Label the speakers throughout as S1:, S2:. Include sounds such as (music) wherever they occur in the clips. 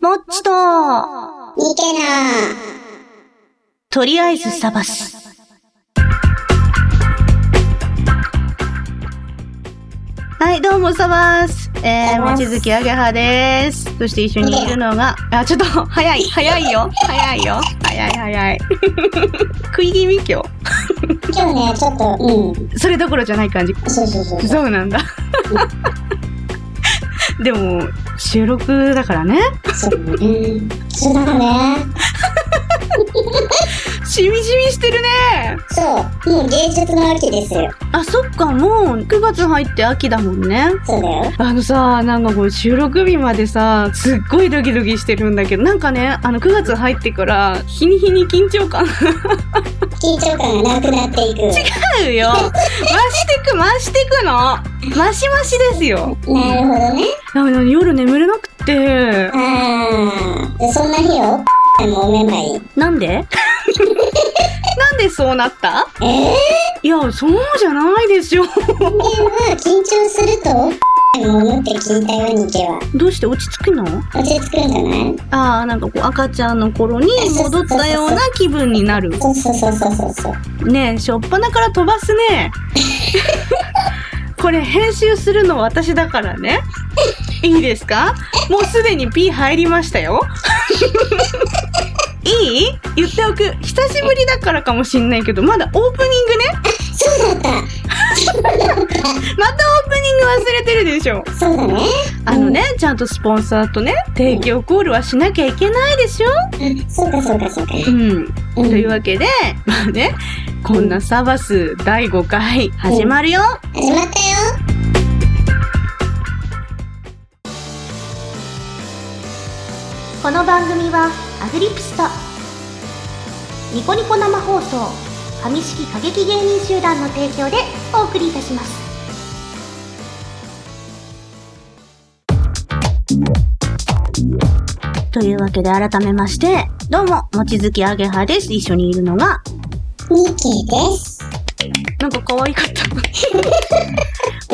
S1: もっちと、
S2: いけな
S1: とりあえずサバス。はい、どうも、サバス。えー、
S2: サバ
S1: も
S2: ス
S1: ちづきあげはです。そして一緒にいるのが、あ、ちょっと、早い、早いよ。早いよ。早い、早い。食い気味今
S2: 今日ね、ちょっと、うん。
S1: 日。それどころじゃない感じ。
S2: そうそうそうそう。
S1: そうなんだ。 (laughs) でも、収録だからね。
S2: そううん。そうだね。
S1: しみじみしてるね。
S2: そう。もう芸術の秋ですよ。
S1: あ、そっか、もう9月入って秋だもんね。
S2: そうだよ。
S1: あのさ、なんかこう収録日までさ、すっごいドキドキしてるんだけど、なんかね、あの9月入ってから、日に日に緊張感が
S2: 緊張感がなくなっていく。
S1: あるよ。増してく、増してくの。増し増しですよ。
S2: なるほどね。
S1: なのに夜眠れなくって。
S2: あー。で、そんな日を、もめばいい。
S1: なんで (laughs) なんでそうなった
S2: えー
S1: いや、そうじゃないでしょ。
S2: 人間は緊張すると、もむって聞いたようにいけば、
S1: どうして落ち着くの
S2: 落ち着くんじゃない
S1: ああ、なんかこう赤ちゃんの頃に戻ったような気分になる。
S2: そうそうそうそうそうそう。
S1: ねえ、しょっぱなから飛ばすね。 (laughs) これ編集するの私だからね。いいですかもうすでに P 入りました (laughs) よ。いい言っておく。久しぶりだからかもしんないけど、まだオープニングね。
S2: そうだっ
S1: またオープニング忘れてるでしょ。
S2: たそうだね。
S1: あのね、ちゃんとスポンサーとね、提供コールはしなきゃいけないでしょ
S2: あ、そうかそうかそうか。
S1: うん。
S2: うん
S1: というわけで、まあね、こんなサバス第5回始まるよ。
S2: 始まったよ
S3: この番組はアグリプスとニコニコ生放送上式過激芸人集団の提供でお送りいたします
S1: というわけで改めまして、どうも、もちづきあげはです。一緒にいるのが、
S2: ニッキーです。
S1: なんか可愛かった。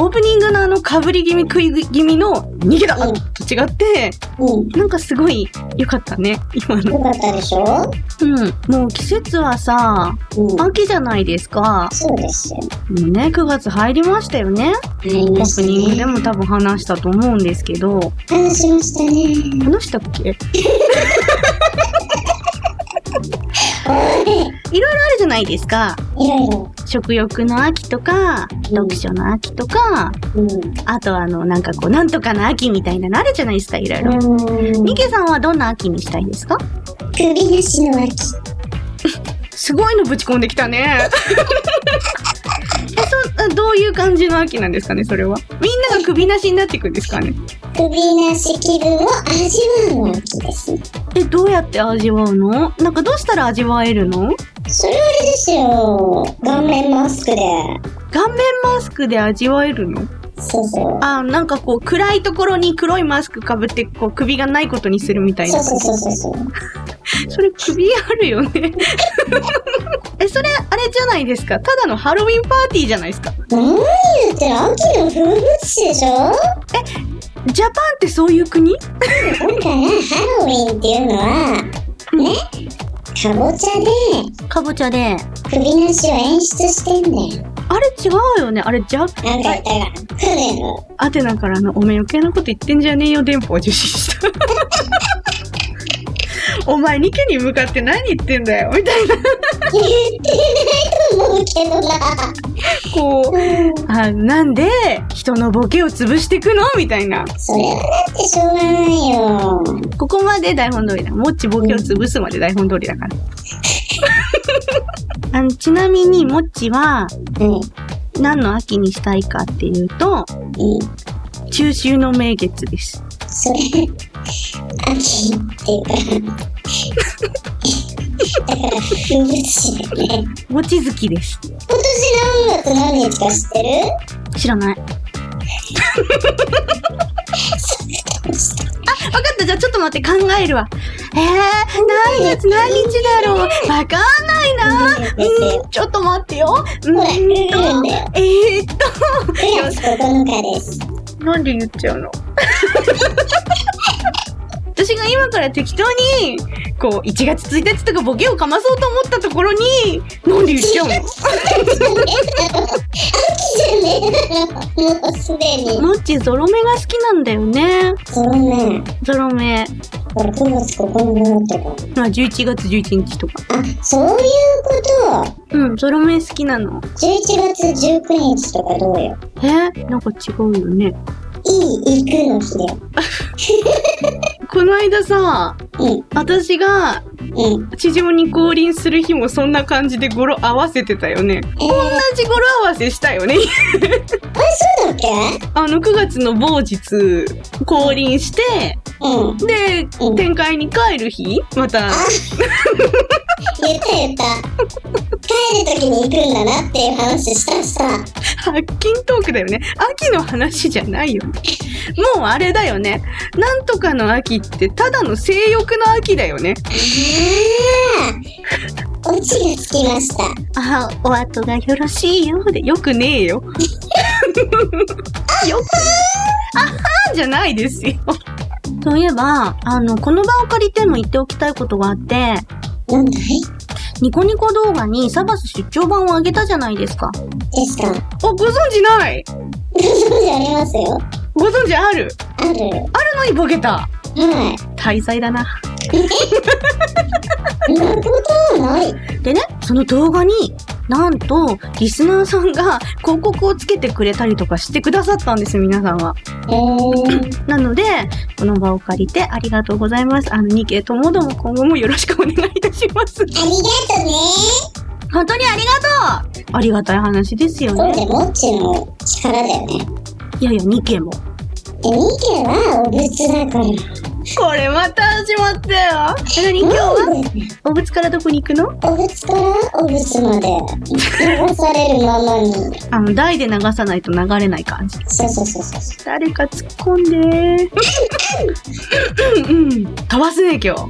S1: オープニングのあの、かぶり気味食い気味の、逃げだ
S2: うん
S1: と違って、
S2: うん。
S1: なんかすごい良かったね、今の。
S2: よかったでしょ
S1: うん。もう季節はさ、
S2: うん。
S1: 秋じゃないですか。
S2: そうですよ。
S1: もうね、9月入りましたよね。
S2: 入り
S1: オ
S2: ま
S1: ー
S2: し
S1: プ
S2: た
S1: ニングで
S2: ね。
S1: も多分話したと思うんですけど、
S2: 話しましたね。
S1: 話したっけ
S2: お
S1: いろいろあるじゃないですか。
S2: い。いろいろ。
S1: 食欲の秋とか、読書の秋とか、
S2: うん。
S1: あとあの、なんかこう、なんとかの秋みたいなのあるじゃないですか、いろいろ。
S2: う
S1: ミ
S2: ん。
S1: ケさんはどんな秋にしたいですか
S2: 首なしの秋。
S1: すごいのぶち込んできたね。 (laughs) え、そう、どういう感じの秋なんですかね、それは。みんなが首なしになっていくんですかね。
S2: 首なし気分を味わう秋ですね。
S1: え、どうやって味わうのなんかどうしたら味わえるの
S2: それはあれですよ。顔面マスクで。
S1: 顔面マスクで味わえるの
S2: そうそう。
S1: あ、なんかこう、暗いところに黒いマスクかぶって、こう、首がないことにするみたい
S2: そ
S1: な
S2: う。そうそうそうそう。
S1: それ首あるよね。 (laughs) え、それ、あれじゃないですか。ただのハロウィンパーティーじゃないですか。
S2: 何言ってる秋の風物詩でしょだ
S1: ジャパンってそういう国
S2: からハロウィンっていうのは、ね、かぼちゃで
S1: かぼちゃで。
S2: 首なしを演出してんだよ。
S1: あれ違うよね。あれ、ジャ、
S2: なんか言ったら、去年の、
S1: アテナからのおめえ余計なこと言ってんじゃねえよ、電報を受信した。お前、ニケに向かって何言ってんだよ、みたいな、
S2: 言ってないと思うけどな。
S1: こう。
S2: うん
S1: あなんで人のボケを潰してくのみたいな。
S2: それはだってしょうがないよ。
S1: ここまで台本通りだ。もっちボケを潰すまで台本通りだ (laughs) から。あのちなみに、もっちは、
S2: うん、
S1: 何の秋にしたいかっていうと、
S2: うん。
S1: 中秋の名月です。
S2: それ、秋っていうか、だから風物詩だよね。
S1: もちづきです。
S2: 今年の音楽何日か知ってる
S1: 知らない。あ、わかった。じゃあちょっと待って、考えるわ。えー、何月何日だろうわかんないなうん、ちょっと待ってよ。うん
S2: ほら、ルールだよ。
S1: えー、っと、
S2: 9月9日です。
S1: (laughs) なんで言っちゃうの私私が今から適当に、こう、1月1日とかボケをかまそうと思ったところに、なんで言っちゃうの
S2: もうすで
S1: (laughs)
S2: に。
S1: もっちゾロ目が好きなんだよね。
S2: そうね。
S1: ゾロ目。
S2: 俺9月9日とか。
S1: まあ、11月11日とか。
S2: あ、そういうこと。
S1: うん、ゾロ目好きなの。
S2: 11月19日とかどうよ。
S1: えなんか違うよね。
S2: いい、行くの日だよ。
S1: この間さ、
S2: う
S1: 私が
S2: ん、うん。
S1: 地上に降臨する日もそんな感じで語呂合わせてたよね。
S2: えー、
S1: 同じ語呂合わせしたよね。 (laughs)
S2: そうだっけ
S1: あの、9月の某日、降臨して、
S2: うん。
S1: で、
S2: うん
S1: 展開に帰る日また、
S2: 言った言った。帰るときに行くんだなっていう話したした。
S1: 発金トークだよね。秋の話じゃないよね。もうあれだよね。なんとかの秋って、ただの性欲の秋だよね。
S2: ああ、オチがつきました。
S1: ああ、お後がよろしいようで、よくねえ (laughs) よ。よく、あはーじゃないですよ。といえば、あの、この場を借りても言っておきたいことがあって、
S2: なんだい
S1: ニコニコ動画にサバス出張版をあげたじゃないですか。
S2: ですか。
S1: お、ご存知ない
S2: ご存知ありますよ。
S1: ご存知ある
S2: あ
S1: あ
S2: る。
S1: るのにボケた。
S2: は
S1: 滞在だな。
S2: い。なことはない。
S1: でね、その動画に、なんと、リスナーさんが広告をつけてくれたりとかしてくださったんです、皆さんは。
S2: えー、
S1: なので、この場を借りてありがとうございます。あの、2系ともども今後もよろしくお願いいたします。
S2: ありがとね
S1: 本当にありがとうありがたい話ですよ
S2: これ
S1: ね。
S2: でもっちの力だよね。
S1: いやいや、2系も。
S2: え、ミケはお仏だから。
S1: これまた始まったよ。え、何今日は
S2: なんで
S1: お仏からどこに行くの
S2: お仏からお仏まで流されるままに。
S1: あの、台で流さないと流れない感じ。
S2: そうそうそうそうそ
S1: 誰か突っ込んで。うんうん。飛ばすね、今日。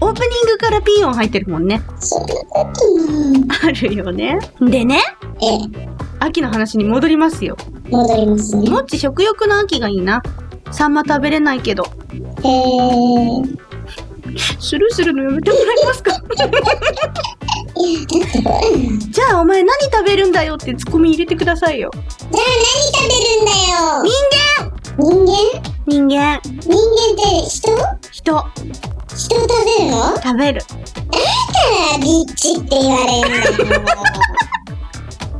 S1: オープニングからピー音入ってるもんね。
S2: う。そんなことない。
S1: あるよね。でね、
S2: え
S1: 秋の話に戻りますよ。
S2: え、戻りますね。
S1: もっち食欲の秋がいいな。サンマ食べれないけど。
S2: えー、
S1: スルスルのやめてもらえますか
S2: いや、だってほら。じゃあ何
S1: (laughs)
S2: 食
S1: じゃあお前何食べるんだよってツッコミ入れてくださいよ。
S2: べるんだよ人間
S1: 人間、
S2: 人間って人
S1: 人、
S2: 人を食べるの (laughs) だか
S1: 食べる。
S2: らビッチって言われるんだよ。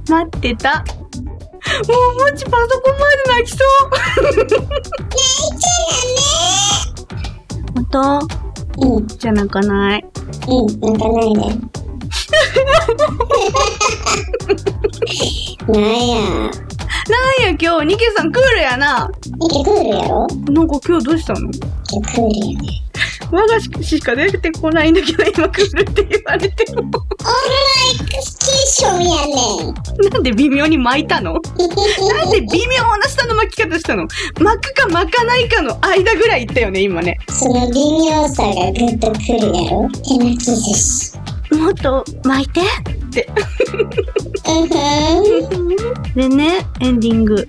S1: 待ってた。もうもっちパソコン前で泣きそう。泣いちゃダメ。本
S2: うん、うん
S1: 当じゃ泣かない。、
S2: (laughs) なんかないね。なんや。
S1: なんや今日、ニケさんクールやな。
S2: ミケクールやろ
S1: なんか今日どうしたの
S2: ミケクールやね。
S1: 我がしか出てこないんだけど今クールって言われても。 (laughs)
S2: オールライクスキーションやねん。
S1: なんで微妙に巻いたのなんで微妙な下の巻き方したの巻くか巻かないかの間ぐらいいったよね、今ね。
S2: その微妙さがグッとくるやろ手巻き寿司。
S1: もっと巻いて。
S2: うんふん。
S1: でね、エンディング。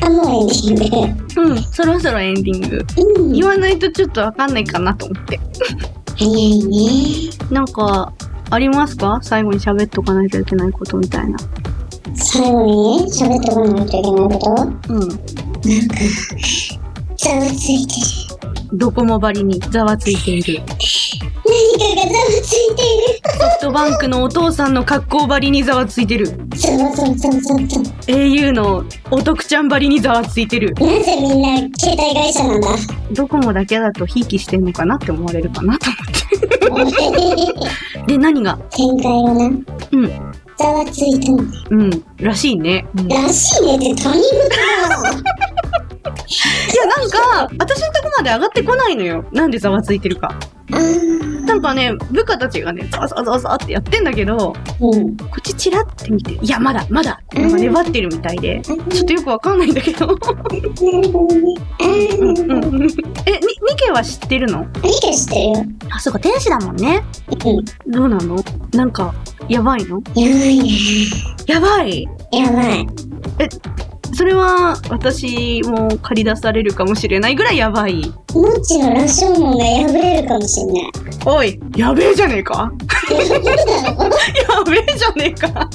S2: あ、もうエンディン
S1: うん、そろそろエンディング。
S2: グ。うん。
S1: 言わないとちょっとわかんないかなと思って。
S2: 早いね。
S1: なんか、ありますか最後に喋っとかないといけないことみたいな。
S2: 最後にね、喋ってこないといけないことなんか、
S1: うん。
S2: ざわついてる。
S1: ドコモばりにざわついている。
S2: 何かがざわついて
S1: ソフトバンクのお父さんの格好ばりにざわついてる。
S2: いる。ざわざわざわざわざわ。
S1: au のお得ちゃんばりにざわついてる。
S2: なぜみんな携帯会社なんだ
S1: ドコモだけだとひいきしてんのかなって思われるかなと思
S2: おい
S1: って。で、何が
S2: 展開が
S1: う
S2: な。
S1: ん。
S2: ざわついたんだ
S1: うん、らしいね。いや、
S2: らしいねって他人事か。
S1: なんか、私のとこまで上がってこないのよ。なんでざわついてるか。
S2: あー
S1: なんかね、部下たちがね、ざわざわざわざわってやってんだけど、こ
S2: うん。
S1: っちチラって見て、いや、まだ、まだってなんか粘ってるみたいで、ちょっとよくわかんないんだけど。
S2: なるほどね。あ
S1: うん
S2: ー、なるほど。
S1: (laughs) うんえ、に、ニケは知ってるの
S2: ミケ知ってるよ。
S1: あ、そうか、天使だもんね。
S2: うん。
S1: どうなのなんか、やばいの
S2: やばいね。
S1: やばい
S2: やばい。
S1: それは私も借り出されるかもしれないぐらいやばい。
S2: モッチの羅生門が破れるかもしんない。
S1: おい、やべえじゃねえか
S2: やだろ
S1: (laughs) やべえじゃねえか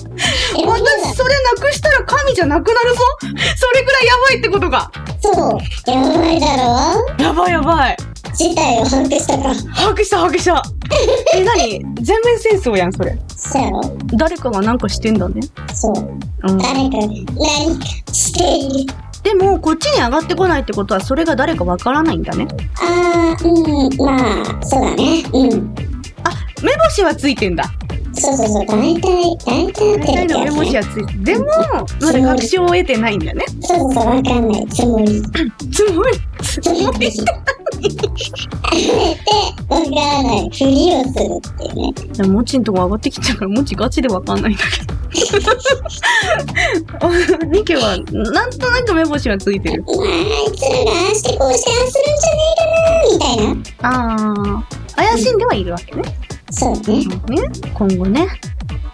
S2: え、ほんと
S1: 私それなくしたら神じゃなくなるぞそれぐらいやばいってことか
S2: だ。そう。やばいだろ
S1: やばいやばい
S2: 事態を把握したか。
S1: 把握した把握した (laughs) え、なに全面戦争やん、それ。
S2: そうやろ
S1: 誰かがなんかしてんだね。
S2: そう。
S1: うん。
S2: 誰かが何かしている。
S1: でも、こっちに上がってこないってことは、それが誰かわからないんだね。
S2: あー、うん、まあ、そうだね。うん。
S1: あ、目星はついてんだ。
S2: そうそうそう。大体、大体合っ
S1: 大
S2: てる
S1: 体
S2: って
S1: の目
S2: やつ
S1: 星
S2: ね。
S1: はついてでも、まだ確証を得てないんだね。
S2: そうそうそう。わかんない。つもり。 (laughs)
S1: つもり、つ
S2: つ
S1: も
S2: もり
S1: り。。
S2: あえて、わからない。ふりをするっていうね。
S1: でも、もちんとこ上がってきちゃうから、もちガチでわかんないんだけど。ニケは、なんとなく目星はついてる。
S2: まあ、あいつらがああしてこうしてああするんじゃねえかなみたい
S1: あー、怪しんではいるわけね。
S2: な。そうだね。
S1: ね、今後ね、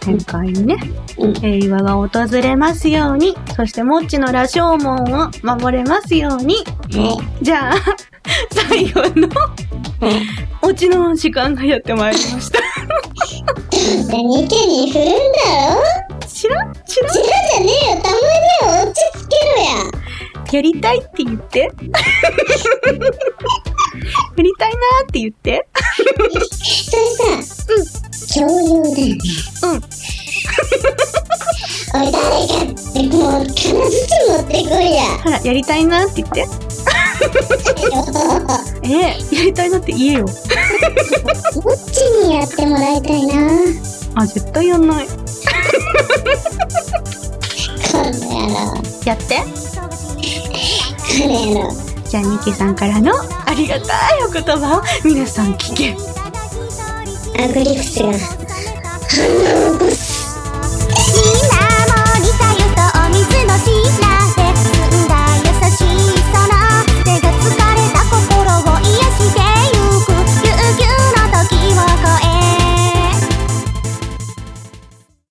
S1: 展開にね、
S2: うん
S1: 平和が訪れますように、そしてもっちの羅生門を守れますように。
S2: はい。
S1: じゃあ、 (laughs) 最後の、オチの時間がやってまいりました。
S2: 何池に振るんだろ
S1: チラッチラ
S2: 違うじゃねえよたまには落ち着けろや
S1: ッやりたいって言 (laughs) って。やりたいなーって言って。
S2: それさうん教養だよね
S1: うん
S2: おい誰かってもう金槌持ってこいや
S1: ほら、やりたいなーって言って。ええやりたいなって言えよ。
S2: どっちにやってもらいたいな
S1: あ、絶対やんない。
S2: この野郎
S1: やって。
S2: この野郎
S1: じゃあ、ニケさんからのありがたいお言葉を皆さん聞け。
S2: アグリプスが反応を起こす